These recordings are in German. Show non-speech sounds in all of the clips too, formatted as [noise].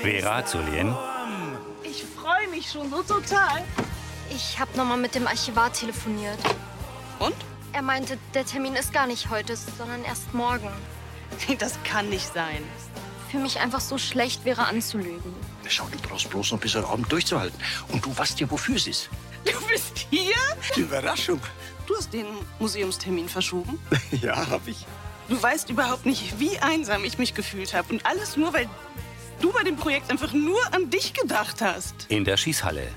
Vera Zulien, Ich freue mich schon so total. Ich habe nochmal mit dem Archivar telefoniert. Und? Er meinte, der Termin ist gar nicht heute, sondern erst morgen. Nee, [laughs] das kann nicht sein. Für mich einfach so schlecht wäre anzulügen. Schau, du brauchst bloß noch bis heute Abend durchzuhalten. Und du weißt ja, wofür es ist. Du bist hier? Die Überraschung. Du hast den Museumstermin verschoben. Ja, habe ich. Du weißt überhaupt nicht, wie einsam ich mich gefühlt habe. Und alles nur, weil du bei dem Projekt einfach nur an dich gedacht hast. in der Schießhalle.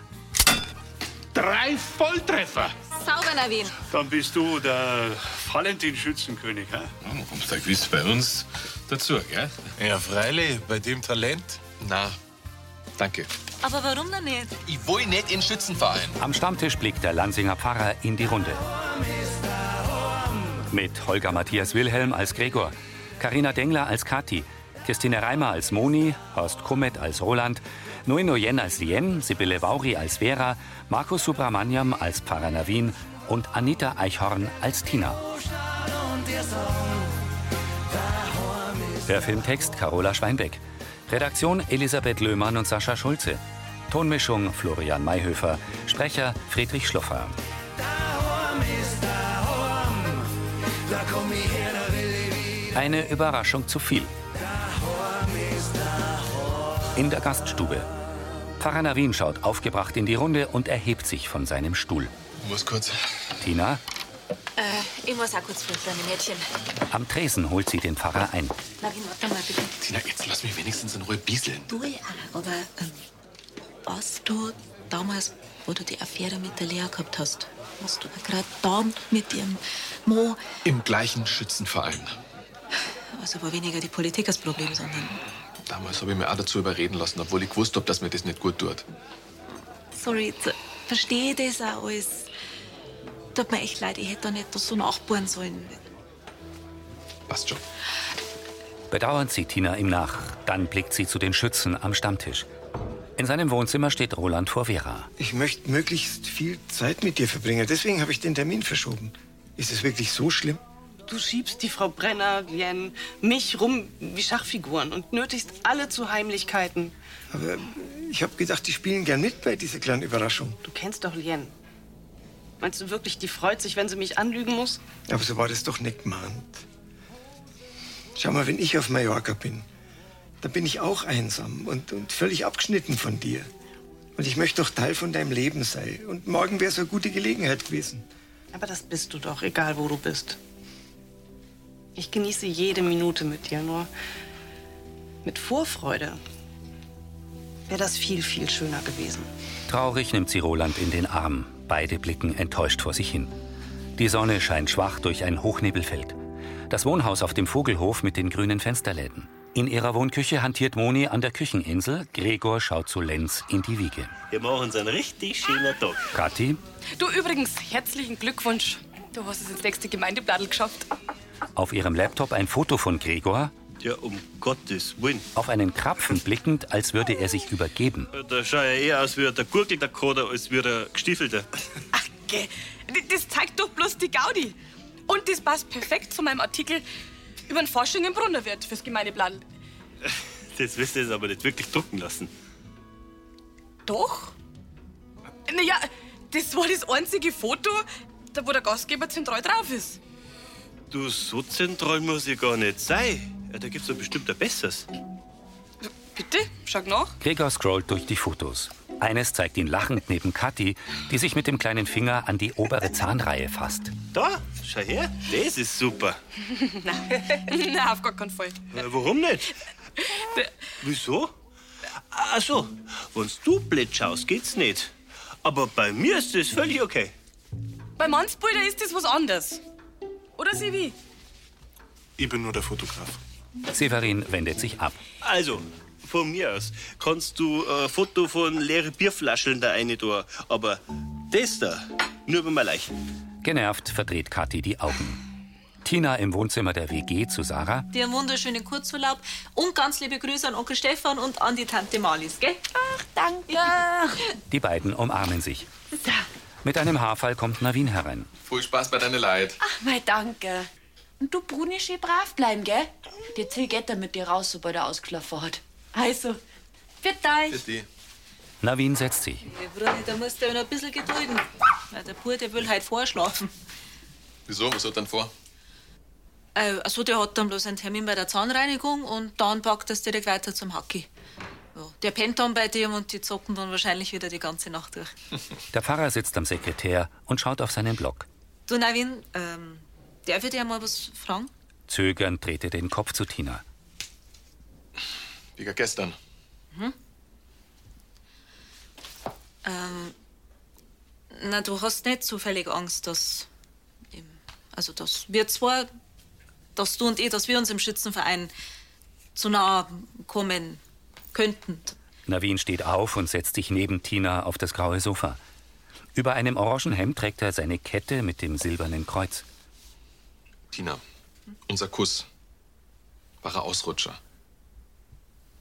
Drei Volltreffer. Sauber, Navin. Dann bist du der Valentin Schützenkönig, hä? Ja, Du kommst da gewiss bei uns dazu, gell? Ja, freilich, bei dem Talent? Na, danke. Aber warum denn nicht? Ich will nicht in Schützenverein. Am Stammtisch blickt der Lansinger Pfarrer in die Runde. Mit Holger Matthias Wilhelm als Gregor, Karina Dengler als Kathi, Christine Reimer als Moni, Horst Kummet als Roland, Noe Noyen als Lien, Sibylle Vauri als Vera, Markus Subramaniam als Pfarrer Navin und Anita Eichhorn als Tina. Der Filmtext Carola Schweinbeck. Redaktion Elisabeth Löhmann und Sascha Schulze. Tonmischung Florian Mayhöfer. Sprecher Friedrich Schluffer. Eine Überraschung zu viel. In der Gaststube. Pfarrer Navin schaut aufgebracht in die Runde und erhebt sich von seinem Stuhl. Ich muss kurz. Tina, Äh, Ich muss auch kurz flüstern, die Mädchen. am Tresen holt sie den Pfarrer ein. Navin, warte mal bitte. Tina, jetzt lass mich wenigstens in Ruhe bieseln. Du ja, aber ähm, was du damals, wo du die Affäre mit der Lea gehabt hast, was du da gerade da mit dem Mo, Im gleichen Schützenverein. also war weniger die Politik das Problem, sondern Damals habe ich mir auch dazu überreden lassen, obwohl ich gewusst habe, dass mir das nicht gut tut. Sorry, jetzt verstehe ich das auch alles. Tut mir echt leid, ich hätte da nicht so nachbohren sollen. Passt schon. Bedauernd sieht Tina ihm nach. Dann blickt sie zu den Schützen am Stammtisch. In seinem Wohnzimmer steht Roland vor Vera. Ich möchte möglichst viel Zeit mit dir verbringen. Deswegen habe ich den Termin verschoben. Ist es wirklich so schlimm? Du schiebst die Frau Brenner, Lien, mich rum wie Schachfiguren und nötigst alle zu Heimlichkeiten. Aber ich habe gedacht, die spielen gern mit bei dieser kleinen Überraschung. Du kennst doch Lien. Meinst du wirklich, die freut sich, wenn sie mich anlügen muss? Aber so war das doch nicht gemeint. Schau mal, wenn ich auf Mallorca bin, dann bin ich auch einsam und, und völlig abgeschnitten von dir. Und ich möchte doch Teil von deinem Leben sein. Und morgen wäre so eine gute Gelegenheit gewesen. Aber das bist du doch, egal wo du bist. Ich genieße jede Minute mit dir, nur mit Vorfreude wäre das viel, viel schöner gewesen. [laughs] Traurig nimmt sie Roland in den Arm. Beide blicken enttäuscht vor sich hin. Die Sonne scheint schwach durch ein Hochnebelfeld. Das Wohnhaus auf dem Vogelhof mit den grünen Fensterläden. In ihrer Wohnküche hantiert Moni an der Kücheninsel. Gregor schaut zu Lenz in die Wiege. Wir machen uns einen richtig schönen Tag. Kathi, Du übrigens, herzlichen Glückwunsch. Du hast es ins nächste Gemeindebladel geschafft. auf ihrem Laptop ein Foto von Gregor. Ja, um Gottes Willen. Auf einen Krapfen blickend, als würde er sich übergeben. Da schaue ich eher aus wie der gurgelter Kader als wie der [laughs] gestiefelte. Ach, gell. D- Das zeigt doch bloß die Gaudi. Und das passt perfekt zu meinem Artikel über den Forschung im Brunnerwirt fürs Gemeindebladel. Das wirst du jetzt aber nicht wirklich drucken lassen. Doch? Naja, das war das einzige Foto, da wo der Gastgeber zentral drauf ist. Du, so zentral muss ich gar nicht sein. Ja, da gibt's doch bestimmt ein besseres. Bitte, schau nach. Gregor scrollt durch die Fotos. Eines zeigt ihn lachend neben Kathi, die sich mit dem kleinen Finger an die obere Zahnreihe fasst. Da, schau her. Das ist super. Nein, auf gar keinen Fall. Äh, warum nicht? Wieso? Ach so, wenn's du blöd schaust, geht's nicht. Aber bei mir ist das völlig okay. Bei Mannsbilder ist das was anderes. Oder sie wie? Ich bin nur der Fotograf. Severin wendet sich ab. Also, von mir aus kannst du äh, ein Foto von leeren Bierflaschen da eine tun. Aber das da, nur wenn man leicht. Genervt verdreht Kathi die Augen. Tina im Wohnzimmer der WG zu Sarah. Dir einen wunderschönen Kurzurlaub und ganz liebe Grüße an Onkel Stefan und an die Tante Malis, gell? Ach, danke. [laughs] Die beiden umarmen sich. Mit einem Haarfall kommt Navin herein. Viel Spaß bei deiner Leid. Mein Danke. Und du, Bruni, schön brav bleiben, gell? Der Till geht da mit dir raus, sobald er ausgelaufen hat. Also, Für dich. die. Navin setzt sich. Hey, Bruni, da musst du dich noch ein bisschen gedulden. Weil der Bruder will halt vorschlafen. Wieso? Was hat denn vor? Äh, also der hat dann bloß einen Termin bei der Zahnreinigung und dann packt er direkt weiter zum Hacki. Ja, der pennt dann bei dem und die zocken dann wahrscheinlich wieder die ganze Nacht durch. Der Pfarrer sitzt am Sekretär und schaut auf seinen Block. Du, Navin, ähm, darf ich dir mal was fragen? Zögernd dreht er den Kopf zu Tina. Wie gestern. Ähm, na, du hast nicht zufällig Angst, dass. im- Also, dass wir zwar, dass du und ich, dass wir uns im Schützenverein zu nah kommen könnten. Navin steht auf und setzt sich neben Tina auf das graue Sofa. Über einem orangen Hemd trägt er seine Kette mit dem silbernen Kreuz. Tina, unser Kuss war ein Ausrutscher.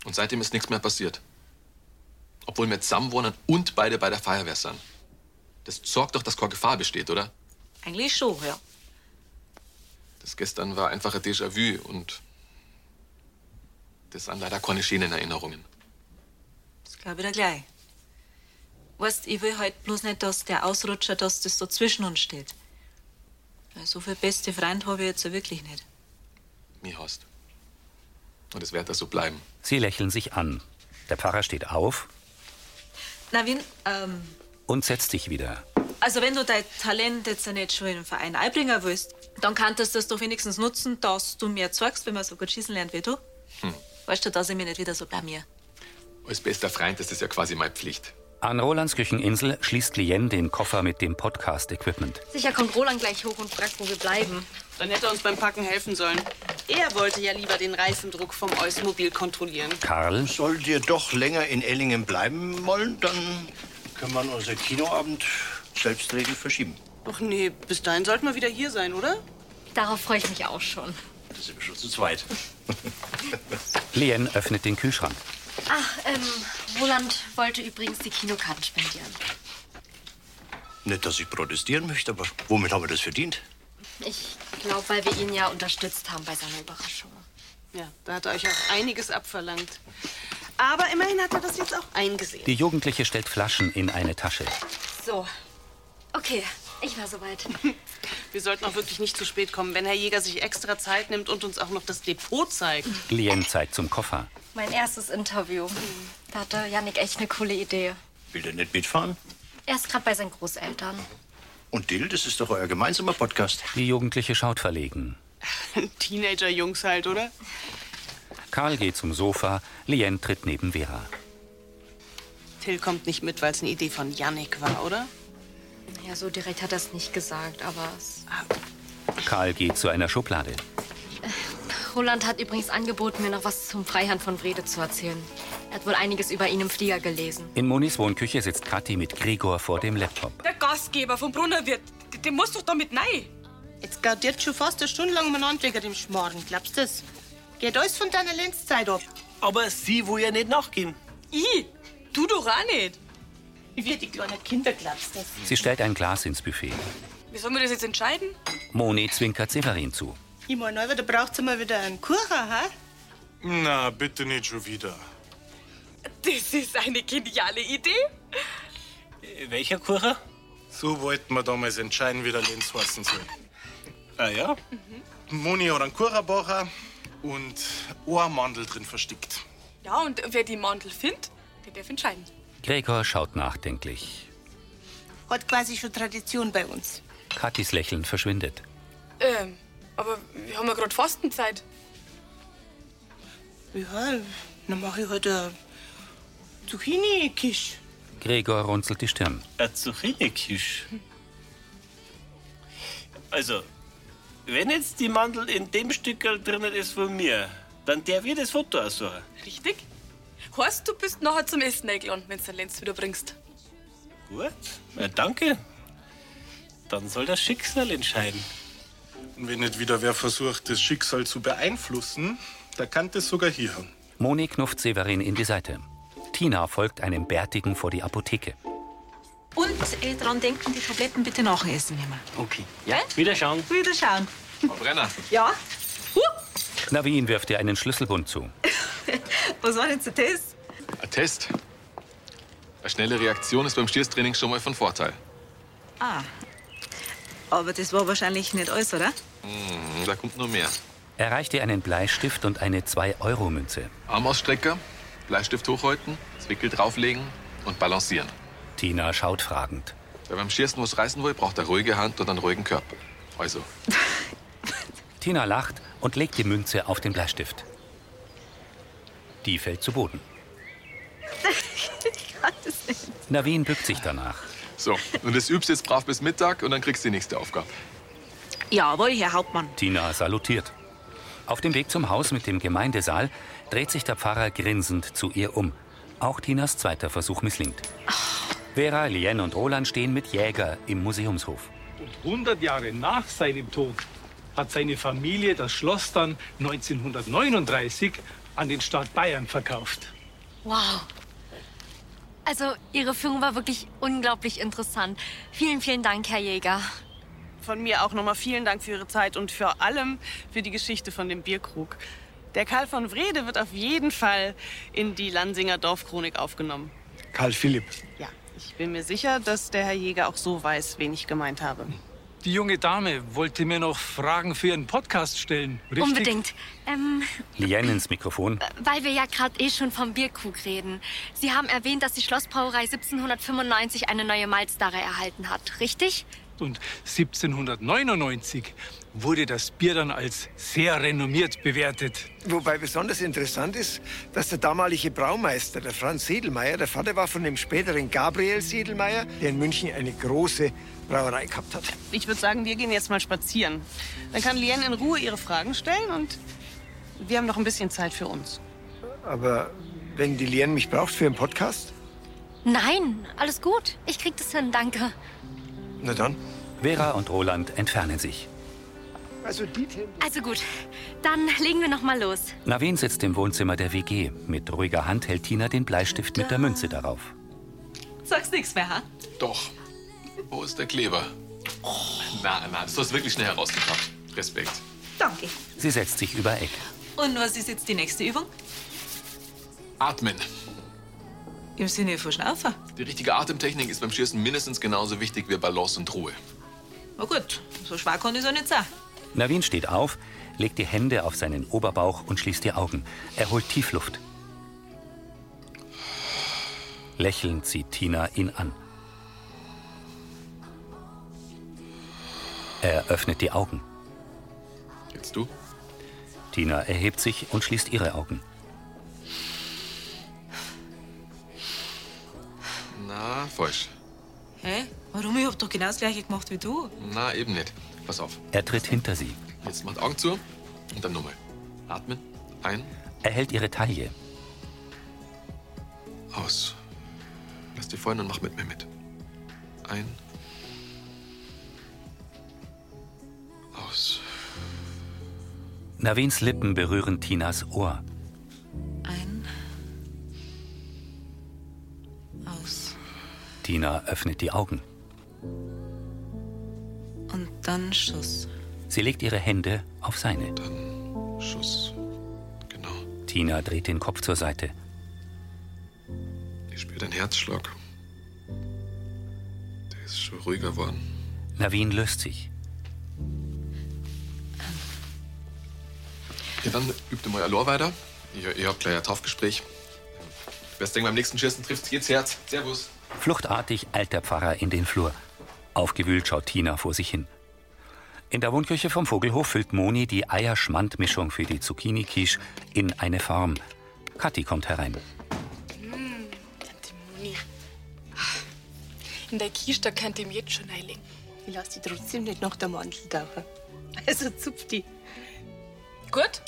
Und seitdem ist nichts mehr passiert. Obwohl wir zusammen wohnen und beide bei der Feuerwehr sind. Das sorgt doch, dass keine Gefahr besteht, oder? Eigentlich schon, ja. Das gestern war einfach ein Déjà-vu und das sind leider keine schönen Erinnerungen. Das glaube ich dir gleich. Weißt, ich will halt bloß nicht, dass der Ausrutscher, dass das so zwischen uns steht. Weil so viel beste Freund habe ich jetzt ja wirklich nicht. Mir hast. Und es wird da so bleiben. Sie lächeln sich an. Der Pfarrer steht auf Navin, ähm, und setzt sich wieder. Also wenn du dein Talent jetzt ja nicht schon in den Verein einbringen willst, dann kannst du das doch wenigstens nutzen, dass du mir zeigst, wenn man so gut schießen lernt wie du. Hm. Weißt du, dass ich mich nicht wieder so blamier. Als bester Freund ist es ja quasi meine Pflicht. An Rolands Kücheninsel schließt Lien den Koffer mit dem Podcast-Equipment. Sicher kommt Roland gleich hoch und fragt, wo wir bleiben. Dann hätte er uns beim Packen helfen sollen. Er wollte ja lieber den Reifendruck vom Eusmobil kontrollieren. Karl? Solltet ihr doch länger in Ellingen bleiben wollen, dann können wir unseren Kinoabend selbstredend verschieben. Ach nee, bis dahin sollten wir wieder hier sein, oder? Darauf freue ich mich auch schon. Da sind wir schon zu zweit. Lien öffnet den Kühlschrank. Ach, ähm, Roland wollte übrigens die Kinokarten spendieren. Nicht, dass ich protestieren möchte, aber womit haben wir das verdient? Ich glaube, weil wir ihn ja unterstützt haben bei seiner Überraschung. Ja, da hat er euch auch einiges abverlangt. Aber immerhin hat er das jetzt auch eingesehen. Die Jugendliche stellt Flaschen in eine Tasche. So. Okay, ich war soweit. Wir sollten auch wirklich nicht zu spät kommen, wenn Herr Jäger sich extra Zeit nimmt und uns auch noch das Depot [laughs] zeigt. Lien zeigt zum Koffer. [laughs] Mein erstes Interview. Da hatte Janik echt eine coole Idee. Will der nicht mitfahren? Er ist gerade bei seinen Großeltern. Und Dill, das ist doch euer gemeinsamer Podcast. Die Jugendliche schaut verlegen. Teenager-Jungs halt, oder? Karl geht zum Sofa, Lien tritt neben Vera. Till kommt nicht mit, weil es eine Idee von Yannick war, oder? Ja, so direkt hat er es nicht gesagt, aber es... Karl geht zu einer Schublade. Roland hat übrigens angeboten, mir noch was zum Freiherrn von Wrede zu erzählen. Er hat wohl einiges über ihn im Flieger gelesen. In Monis Wohnküche sitzt Kathi mit Gregor vor dem Laptop. Der Gastgeber vom Brunnerwirt, d- den musst du doch mit nein. Jetzt gardiert schon fast eine Stunde lang miteinander wegen dem Schmarrn, glaubst du das? Geht alles von deiner Lenzzeit ab. Aber sie will ja nicht nachgeben. Ich? Du doch auch nicht. Wir die kleinen Kinder, glaubst du das? Sie stellt ein Glas ins Buffet. Wie sollen wir das jetzt entscheiden? Moni zwinkert Severin zu. Ich mein, Neuwer, da braucht's mal wieder einen Kuchen, hä? Na, bitte nicht schon wieder. Das ist eine geniale Idee. Welcher Kuchen? So wollten wir damals entscheiden, wie der Lenz heißen soll. Ah ja? Moni hat einen Kuchen gebacken und eine Mandel drin versteckt. Ja, und wer die Mandel findet, der darf entscheiden. Gregor schaut nachdenklich. Hat quasi schon Tradition bei uns. Kathis Lächeln verschwindet. Ähm, aber wir haben ja gerade Fastenzeit. Ja, dann mach ich halt ein Zucchini-Kisch. Gregor runzelt die Stirn. Ein Zucchini-Kisch. Also, wenn jetzt die Mandel in dem Stückerl drinnen ist von mir, dann darf ich das Foto aussuchen. Richtig? Horst, du bist nachher zum E- Essen eingeladen, wenn du den Lenz wieder bringst. Gut, na, danke. Dann soll das Schicksal entscheiden. Und wenn nicht wieder wer versucht, das Schicksal zu beeinflussen, da kann das sogar hier haben. Moni knufft Severin in die Seite. Tina folgt einem Bärtigen vor die Apotheke. Und äh, dran denken, die Tabletten bitte nachessen nehmen. Okay. Ja, wieder schauen. Wieder schauen. Frau Brenner. Ja? Navin wirft ihr einen Schlüsselbund zu. Was war denn zu das? Attest. Eine schnelle Reaktion ist beim Stierstraining schon mal von Vorteil. Ah. Aber das war wahrscheinlich nicht alles, oder? Hm, da kommt nur mehr. Er reicht ihr einen Bleistift und eine 2-Euro-Münze. Armausstrecker, Bleistift hochhäuten, das Wickel drauflegen und balancieren. Tina schaut fragend. Wer beim Schießen was reißen will, braucht eine ruhige Hand und einen ruhigen Körper. Also, Tina lacht und legt die Münze auf den Bleistift. Die fällt zu Boden. ich kann das nicht. Navin bückt sich danach. So, und das übst jetzt brav bis Mittag und dann kriegst du die nächste Aufgabe. Jawohl, Herr Hauptmann. Tina salutiert. Auf dem Weg zum Haus mit dem Gemeindesaal dreht sich der Pfarrer grinsend zu ihr um. Auch Tinas zweiter Versuch misslingt. Vera, Lien und Roland stehen mit Jäger im Museumshof. 100 Jahre nach seinem Tod hat seine Familie das Schloss dann 1939 an den Staat Bayern verkauft. Wow. Also, Ihre Führung war wirklich unglaublich interessant. Vielen, vielen Dank, Herr Jäger. Von mir auch nochmal vielen Dank für Ihre Zeit und vor allem für die Geschichte von dem Bierkrug. Der Karl von Wrede wird auf jeden Fall in die Lansinger Dorfchronik aufgenommen. Karl Philipp. Ja, ich bin mir sicher, dass der Herr Jäger auch so weiß, wen ich gemeint habe. Die junge Dame wollte mir noch Fragen für ihren Podcast stellen, richtig? Unbedingt. Ähm, Lien ins Mikrofon. weil wir ja gerade eh schon vom Bierkrug reden. Sie haben erwähnt, dass die Schlossbrauerei 1795 eine neue Malzdarre erhalten hat, richtig? Und 1799 wurde das Bier dann als sehr renommiert bewertet. Wobei besonders interessant ist, dass der damalige Braumeister, der Franz Siedelmeier, der Vater war von dem späteren Gabriel Siedelmeier, der in München eine große Brauerei gehabt hat. Ich würde sagen, wir gehen jetzt mal spazieren. Dann kann Lien in Ruhe ihre Fragen stellen und wir haben noch ein bisschen Zeit für uns. Aber wenn die Lien mich braucht für einen Podcast, Nein, alles gut. Ich krieg das hin, danke. na dann. Vera und Roland entfernen sich. Also die Themen. Also gut, dann legen wir noch mal los. Navin sitzt im Wohnzimmer der WG. Mit ruhiger Hand hält Tina den Bleistift mit der Münze darauf. Sagst nichts mehr, ha? Doch. Wo ist der Kleber? Na, na, das hast du wirklich schnell herausgeklappt. Respekt. Danke. Sie setzt sich über Eck. Und was ist jetzt die nächste Übung? Atmen. Im Sinne von Schnaufen. Die richtige Atemtechnik ist beim Schießen mindestens genauso wichtig wie Balance und Ruhe. Na gut, so schwer kann ich auch nicht sein. Navin steht auf, legt die Hände auf seinen Oberbauch und schließt die Augen. Er holt Tiefluft. Lächelnd sieht Tina ihn an. Er öffnet die Augen. Jetzt du? Tina erhebt sich und schließt ihre Augen. Na, falsch. Hä? Warum? Ich hab doch genau das gleiche gemacht wie du. Na, eben nicht. Pass auf. Er tritt hinter sie. Jetzt macht Augen zu und dann nochmal. Atmen. Ein. Er hält ihre Taille. Aus. Lass die Freundin und mach mit mir mit. Ein. Aus. Navins Lippen berühren Tinas Ohr. Ein. Aus. Tina öffnet die Augen. Und dann Schuss. Sie legt ihre Hände auf seine. Schuss. Genau. Tina dreht den Kopf zur Seite. Ich spüre den Herzschlag. Der ist schon ruhiger geworden. Navin löst sich. Ja, dann übt ihr mal Alor weiter. Ihr, ihr habt gleich ein Taufgespräch. Best Ding beim nächsten Schießen trifft geht's Herz. Servus. Fluchtartig eilt der Pfarrer in den Flur. Aufgewühlt schaut Tina vor sich hin. In der Wohnküche vom Vogelhof füllt Moni die Eierschmand-Mischung für die Zucchini-Quiche in eine Form. Kathi kommt herein. In der Quiche, da könnt ihr ihm jetzt schon einlegen. Ich lasse die trotzdem nicht nach der Mandel da. Also zupf die. Gut.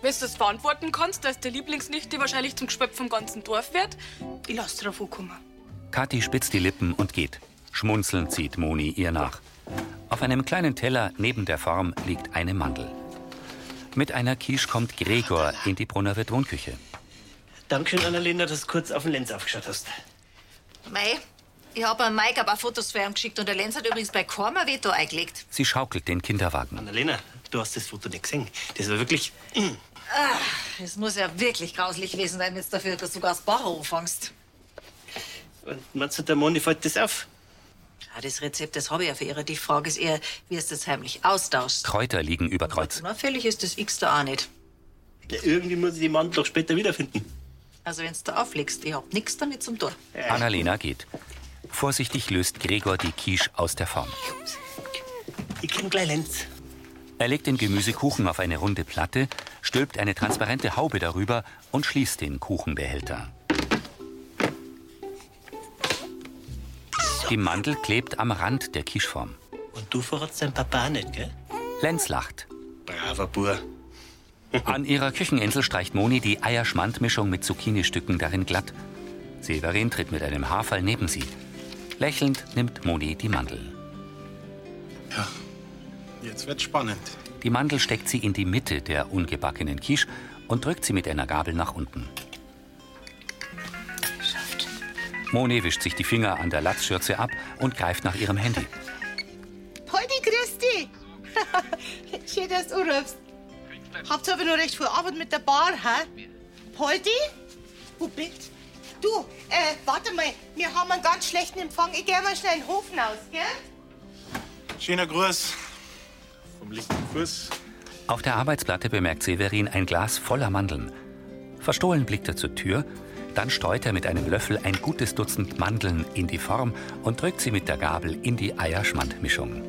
Wenn du das verantworten kannst, dass der Lieblingsnichte wahrscheinlich zum Gespöpp vom ganzen Dorf wird, ich lass drauf ankommen. Kathi spitzt die Lippen und geht. Schmunzelnd zieht Moni ihr nach. Auf einem kleinen Teller neben der Form liegt eine Mandel. Mit einer Quiche kommt Gregor in die Brunnerwirt Wohnküche. Dankeschön, Annalena, dass du kurz auf den Lenz aufgeschaut hast. Mei, ich habe an Mike aber Fotos für ihn geschickt und der Lenz hat übrigens bei keinem ein Veto eingelegt. Sie schaukelt den Kinderwagen. Annalena, du hast das Foto nicht gesehen. Das war wirklich. Ah, Es muss ja wirklich grauslich gewesen sein, wenn du dafür sogar das Barro anfängst. Und meinst du, der Moni fällt das auf? Ah, das Rezept, das habe ich ja für ihre. Die Frage ist eher, wie es das heimlich austauscht. Kräuter liegen über Kreuz. Unauffällig ist das X da auch nicht. Ja, irgendwie muss ich die Mandel doch später wiederfinden. Also wenn's da auflegst, ich hab nix damit zum tun. Annalena geht. Vorsichtig löst Gregor die Quiche aus der Form. Ich komm gleich Lenz. Er legt den Gemüsekuchen auf eine runde Platte, stülpt eine transparente Haube darüber und schließt den Kuchenbehälter. Die Mandel klebt am Rand der Quicheform. Und du verratst deinen Papa auch nicht, gell? Lenz lacht. Braver Bur. An ihrer Kücheninsel streicht Moni die Eierschmandmischung mit Zucchini-Stücken darin glatt. Severin tritt mit einem Haarfall neben sie. Lächelnd nimmt Moni die Mandel. Jetzt wird's spannend. Die Mandel steckt sie in die Mitte der ungebackenen Quiche und drückt sie mit einer Gabel nach unten. Moni wischt sich die Finger an der Latzschürze ab und greift nach ihrem Handy. Poldi, grüß dich. [laughs] Schön, dass du anrufst. Habt ihr aber noch recht viel Arbeit mit der Bar, hä? Poldi? Wo bist du? Äh, warte mal, wir haben einen ganz schlechten Empfang. Ich geh mal schnell in den Hofen aus, gell? Schöner Gruß vom linken Fuß. Auf der Arbeitsplatte bemerkt Severin ein Glas voller Mandeln. Verstohlen blickt er zur Tür, dann streut er mit einem Löffel ein gutes Dutzend Mandeln in die Form und drückt sie mit der Gabel in die Eierschmandmischung.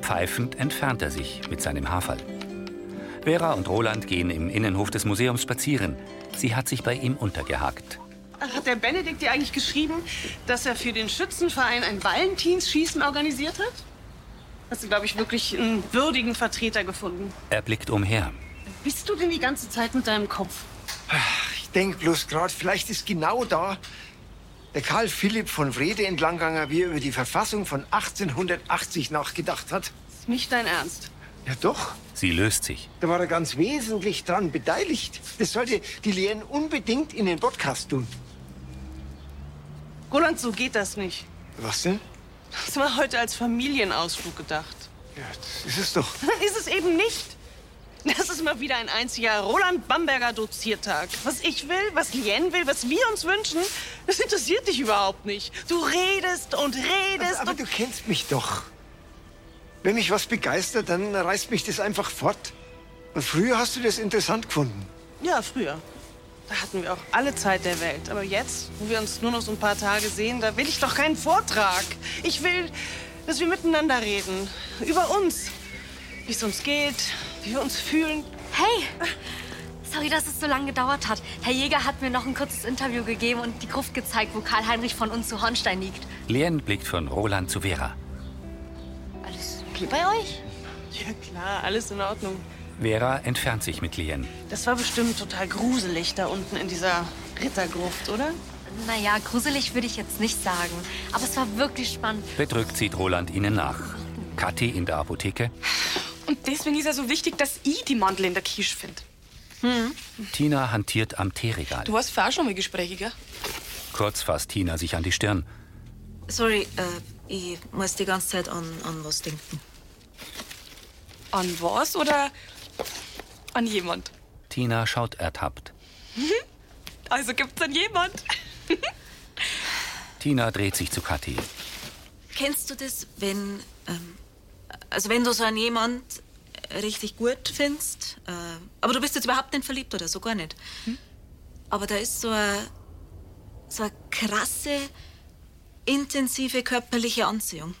Pfeifend entfernt er sich mit seinem Haferl. Vera und Roland gehen im Innenhof des Museums spazieren. Sie hat sich bei ihm untergehakt. Hat der Benedikt dir eigentlich geschrieben, dass er für den Schützenverein ein Valentinsschießen organisiert hat? Hast du, glaube ich, wirklich einen würdigen Vertreter gefunden. Er blickt umher. Bist du denn die ganze Zeit mit deinem Kopf? Ich denk bloß gerade, vielleicht ist genau da der Karl Philipp von Wrede entlangganger, wie er über die Verfassung von 1880 nachgedacht hat. Ist nicht dein Ernst? Ja, doch. Sie löst sich. Da war er ganz wesentlich dran beteiligt. Das sollte die Lehren unbedingt in den Podcast tun. Roland, so geht das nicht. Was denn? Das war heute als Familienausflug gedacht. Das ist doch. Dann ist es eben nicht. Das ist mal wieder ein einziger Roland Bamberger Doziertag. Was ich will, was Lien will, was wir uns wünschen, das interessiert dich überhaupt nicht. Du redest und redest Aber, aber und du kennst mich doch. Wenn mich was begeistert, dann reißt mich das einfach fort. Und früher hast du das interessant gefunden. Ja, früher. Da hatten wir auch alle Zeit der Welt. Aber jetzt, wo wir uns nur noch so ein paar Tage sehen, da will ich doch keinen Vortrag. Ich will, dass wir miteinander reden. Über uns. Wie es uns geht, wie wir uns fühlen. Hey! Sorry, dass es so lange gedauert hat. Herr Jäger hat mir noch ein kurzes Interview gegeben und die Gruft gezeigt, wo Karl-Heinrich von uns zu Hornstein liegt. Leon blickt von Roland zu Vera. Alles okay bei euch? Ja, klar, alles in Ordnung. Vera entfernt sich mit Leon. Das war bestimmt total gruselig da unten in dieser Rittergruft, oder? Naja, gruselig würde ich jetzt nicht sagen. Aber es war wirklich spannend. Bedrückt sieht Roland ihnen nach. Kathi in der Apotheke, Und deswegen ist ja so wichtig, dass ich die Mandel in der Quiche finde. Hm. Tina hantiert am Teeregal. Du hast vorher auch schon mal Gespräche, gell? Kurz fasst Tina sich an die Stirn. Sorry, äh, ich muss die ganze Zeit an, an was denken. An was oder an jemand? Tina schaut ertappt. Also gibt's an jemand? Tina dreht sich zu Kathi. Kennst du das, wenn, ähm, also wenn du so einen jemand richtig gut findest, äh, aber du bist jetzt überhaupt nicht verliebt oder so gar nicht. Aber da ist so eine, so eine krasse, intensive körperliche Anziehung.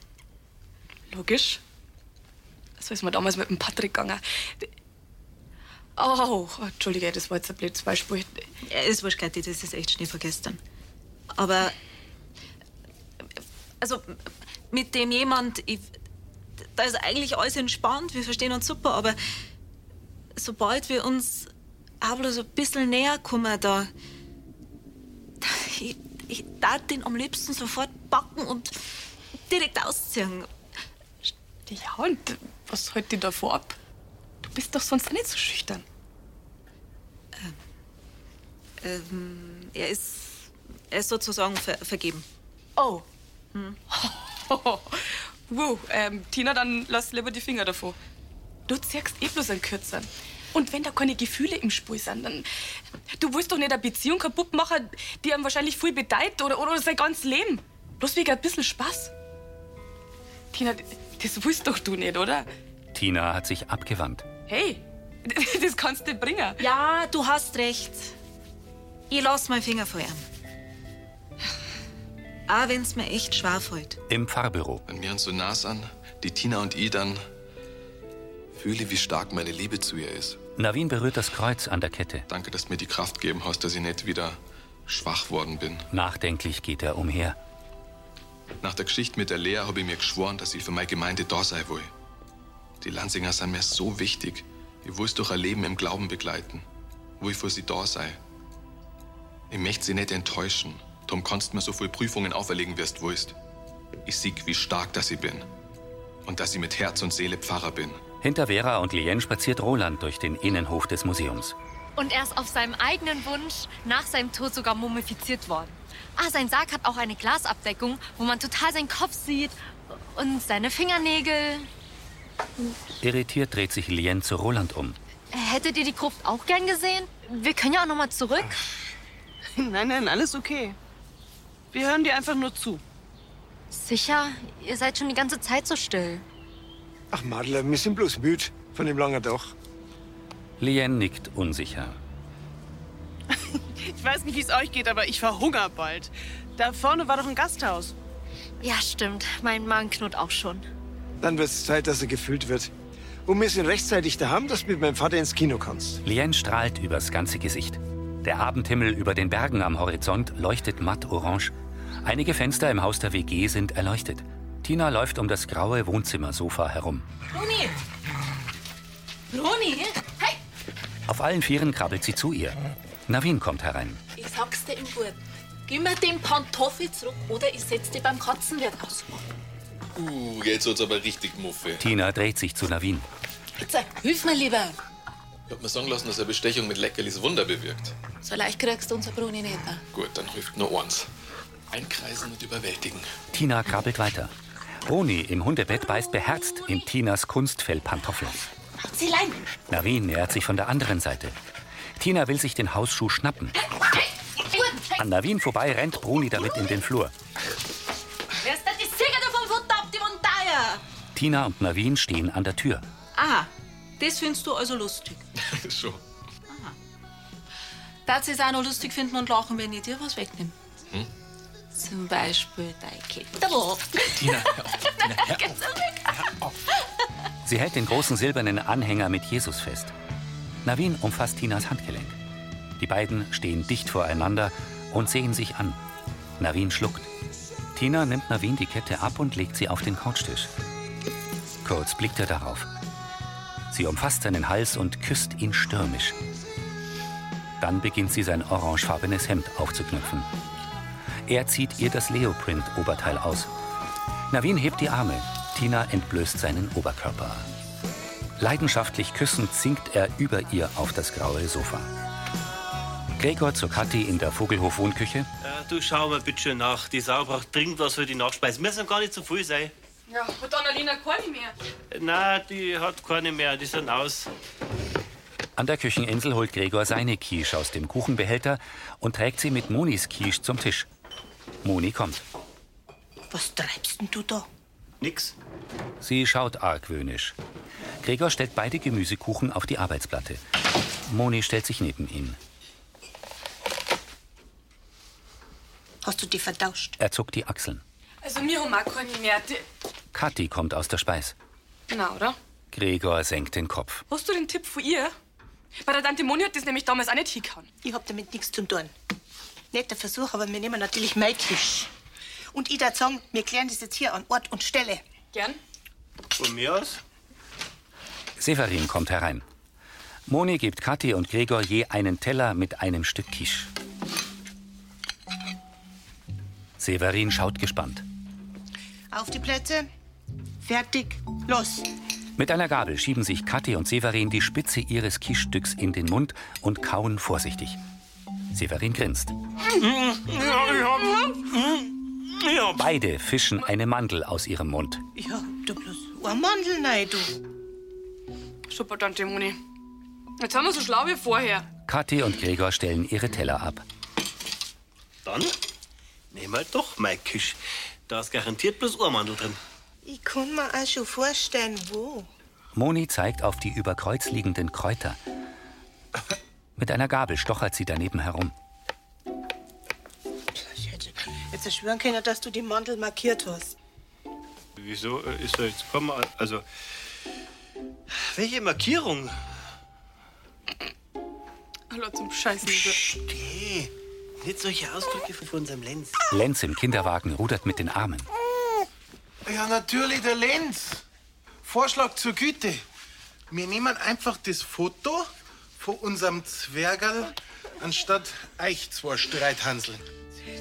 Logisch. So ist mir damals mit dem Patrick gegangen. Oh, Entschuldige, das war jetzt ein blödes Beispiel. Ja, ist wurscht, Kathi, das ist echt Schnee von gestern. Aber, also, mit dem jemand, ich, da ist eigentlich alles entspannt, wir verstehen uns super, aber sobald wir uns auch bloß ein bisschen näher kommen, da, ich, ich darf den am liebsten sofort backen und direkt ausziehen. Ja, und was hält dich davor ab? Du bist doch sonst nicht so schüchtern. Ähm, er ist, er ist sozusagen ver vergeben. Oh. [laughs] wow, ähm, Tina, dann lass lieber die Finger davon. Du ziehst eh bloß einen Kürzern. Und wenn da keine Gefühle im Spiel sind, dann. Du willst doch nicht eine Beziehung kaputt machen, die einem wahrscheinlich viel bedeiht oder, oder sein ganzes Leben. Bloß wegen ein bisschen Spaß. Tina, das willst doch du nicht, oder? Tina hat sich abgewandt. Hey, das kannst du nicht bringen. Ja, du hast recht. Ich lass meinen Finger von ihm. Auch wenn's mir echt schwer fällt. Im Pfarrbüro. Wenn wir uns so nah sind, die Tina und ich, dann fühle, wie stark meine Liebe zu ihr ist. Navin berührt das Kreuz an der Kette. Danke, dass du mir die Kraft gegeben hast, dass ich nicht wieder schwach worden bin. Nachdenklich geht er umher. Nach der Geschichte mit der Lea habe ich mir geschworen, dass ich für meine Gemeinde da sein will. Die Lanzinger sind mir so wichtig. Ich will es durch ein Leben im Glauben begleiten, wo ich für sie da sei. Ich möchte sie nicht enttäuschen. Darum kannst du mir so viele Prüfungen auferlegen, wie du willst. Ich sieg, wie stark dass ich bin. Und dass ich mit Herz und Seele Pfarrer bin. Hinter Vera und Lien spaziert Roland durch den Innenhof des Museums. Und er ist auf seinem eigenen Wunsch nach seinem Tod sogar mumifiziert worden. Ah, sein Sarg hat auch eine Glasabdeckung, wo man total seinen Kopf sieht und seine Fingernägel. Irritiert dreht sich Lien zu Roland um. Hättet ihr die Gruft auch gern gesehen? Wir können ja auch noch mal zurück. [laughs] Nein, nein, alles okay. Wir hören dir einfach nur zu. Sicher, ihr seid schon die ganze Zeit so still. Ach, Madeleine, wir sind bloß müde von dem langen Tag. Lien nickt unsicher. Ich weiß nicht, wie es euch geht, aber ich verhungere bald. Da vorne war doch ein Gasthaus. Ja, stimmt. Mein Magen knurrt auch schon. Dann wird es Zeit, dass er gefüllt wird. Und wir sind rechtzeitig daheim, dass du mit meinem Vater ins Kino kannst. Lien strahlt übers ganze Gesicht. Der Abendhimmel über den Bergen am Horizont leuchtet matt orange. Einige Fenster im Haus der WG sind erleuchtet. Tina läuft um das graue Wohnzimmersofa herum. Bruni! Bruni! Hey! Auf allen Vieren krabbelt sie zu ihr. Navin kommt herein. Ich sag's dir im Guten. Gib mir den Pantoffel zurück oder ich setz dich beim Katzenwirt aus. Uh, jetzt wird's aber richtig muffe. Tina dreht sich zu Navin. Jetzt hilf mir lieber. Ich hab mir sagen lassen, dass eine Bestechung mit Leckerlis Wunder bewirkt. So leicht kriegst du unser Bruni nicht mehr. Gut, dann hilft nur eins. Einkreisen und überwältigen. Tina krabbelt weiter. Roni im Hundebett beißt beherzt in Tinas Kunstfellpantoffel. Zielein! Navin nähert sich von der anderen Seite. Tina will sich den Hausschuh schnappen. An Navin vorbei rennt Bruni damit in den Flur. Wer ist denn die Sieger davon Futter ab die Montaya? Tina und Navin stehen an der Tür. Aha, Ah, das findest du also lustig. [laughs] Schon. Darfst du es auch noch lustig finden und lachen, wenn ich dir was wegnehme? Hm? Zum Beispiel dein Kittel. Tina, Geh zurück! Sie hält den großen silbernen Anhänger mit Jesus fest. Navin umfasst Tinas Handgelenk. Die beiden stehen dicht voreinander und sehen sich an. Navin schluckt. Tina nimmt Navin die Kette ab und legt sie auf den Couchtisch. Kurz blickt er darauf. Sie umfasst seinen Hals und küsst ihn stürmisch. Dann beginnt sie sein orangefarbenes Hemd aufzuknüpfen. Er zieht ihr das Leoprint-Oberteil aus. Navin hebt die Arme. Tina entblößt seinen Oberkörper. Leidenschaftlich küssend sinkt er über ihr auf das graue Sofa. Gregor zur Kathi in der Vogelhof-Wohnküche. Äh, du schau mal bitte schön nach. Die Sau braucht dringend was für die Nachspeise. Mir sind gar nicht zu viel sein. Ja, und Annalena keine mehr. Äh, Na, die hat keine mehr. Die sind aus. An der Kücheninsel holt Gregor seine Quiche aus dem Kuchenbehälter und trägt sie mit Monis Quiche zum Tisch. Moni kommt. Was treibst denn du da? Nix. Sie schaut argwöhnisch. Gregor stellt beide Gemüsekuchen auf die Arbeitsplatte. Moni stellt sich neben ihn. Hast du die vertauscht? Er zuckt die Achseln. Also, mir haben auch keine mehr. Die, Kathi kommt aus der Speis. na, oder? Gregor senkt den Kopf. Hast du den Tipp von ihr? Bei der Tante Moni hat das nämlich damals auch nicht hingehauen. Ich hab damit nichts zu tun. Netter Versuch, aber wir nehmen natürlich meinen Tisch. Und ich darf sagen, wir klären das jetzt hier an Ort und Stelle. Gern. Von mir aus? Severin kommt herein. Moni gibt Kathi und Gregor je einen Teller mit einem Stück Quiche. Severin schaut gespannt. Auf die Plätze. Fertig. Los. Mit einer Gabel schieben sich Kathi und Severin die Spitze ihres Quichstücks in den Mund und kauen vorsichtig. Severin grinst. Beide fischen eine Mandel aus ihrem Mund. Ja, du bloß. Ohrmandel, nein, du. Super, Tante Moni. Jetzt haben wir so schlau wie vorher. Kathi und Gregor stellen ihre Teller ab. Dann nehmen wir doch mein Kisch. Da ist garantiert bloß Ohrmandel drin. Ich kann mir auch schon vorstellen, wo. Moni zeigt auf die über Kreuz liegenden Kräuter. Mit einer Gabel stochert sie daneben herum. Ich hätte jetzt schwören können, dass du die Mandel markiert hast. Wieso äh, ist da jetzt komm Also. Welche Markierung? Hallo zum Scheißen. Steh! Nicht solche Ausdrücke von unserem Lenz. Lenz im Kinderwagen rudert mit den Armen. Ja, natürlich, der Lenz. Vorschlag zur Güte. Wir nehmen einfach das Foto von unserem Zwergerl, anstatt euch zwei Streithanseln.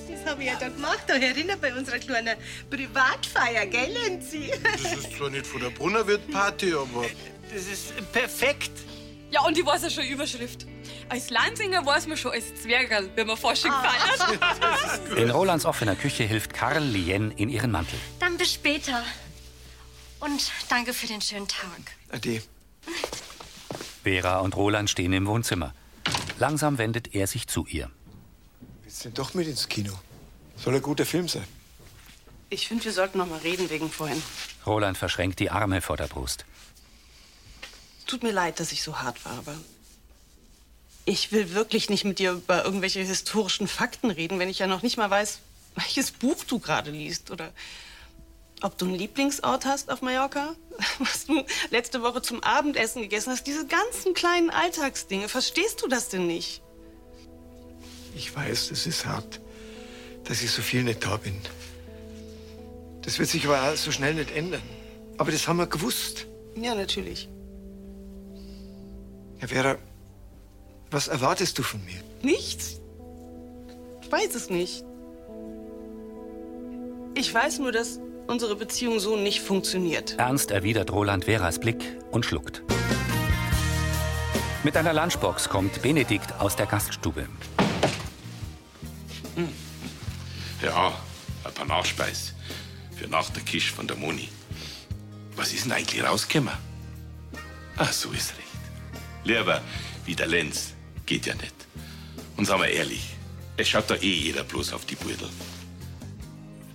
Das habe ich ja dann gemacht, da erinnere bei unserer kleinen Privatfeier, gell, Lenzi? Das ist zwar nicht von der Brunnerwirt-Party, aber... Das ist perfekt. Ja, und die weiß ja schon Überschrift. Als Landsinger weiß man schon als Zwergerl, wenn man Forschung feiert. In Rolands offener Küche hilft Karl Lien in ihren Mantel. Dann bis später. Und danke für den schönen Tag. Ade. Vera und Roland stehen im Wohnzimmer. Langsam wendet er sich zu ihr. Willst du denn doch mit ins Kino? Soll ein guter Film sein. Ich finde, wir sollten noch mal reden wegen vorhin. Roland verschränkt die Arme vor der Brust. Tut mir leid, dass ich so hart war, aber ich will wirklich nicht mit dir über irgendwelche historischen Fakten reden, wenn ich ja noch nicht mal weiß, [laughs] welches Buch du gerade liest oder ob du einen Lieblingsort hast auf Mallorca, [laughs] was du letzte Woche zum Abendessen gegessen hast. Diese ganzen kleinen Alltagsdinge, verstehst du das denn nicht? Ich weiß, es ist hart, dass ich so viel nicht da bin. Das wird sich aber auch so schnell nicht ändern. Aber das haben wir gewusst. Ja, natürlich. Herr Vera, was erwartest du von mir? Nichts? Ich weiß es nicht. Ich weiß nur, dass unsere Beziehung so nicht funktioniert. Ernst erwidert Roland Veras Blick und schluckt. Mit einer Lunchbox kommt Benedikt aus der Gaststube. Ja, ein paar Nachspeis. Für nach der Kisch von der Moni. Was ist denn eigentlich rausgekommen? Ach, so ist recht. Lieber, wie der Lenz. Geht ja nicht. Und sagen wir ehrlich, es schaut da eh jeder bloß auf die Beutel.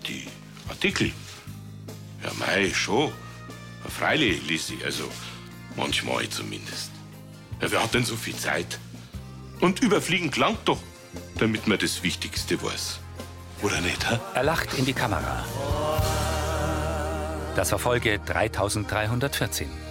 Die Artikel. Ja, mei, schon. Ja, Freilich, Lissi, also manchmal zumindest. Ja, wer hat denn so viel Zeit? Und überfliegen langt doch, damit man das Wichtigste weiß. Oder nicht, hä? Er lacht in die Kamera. Das war Folge 3314.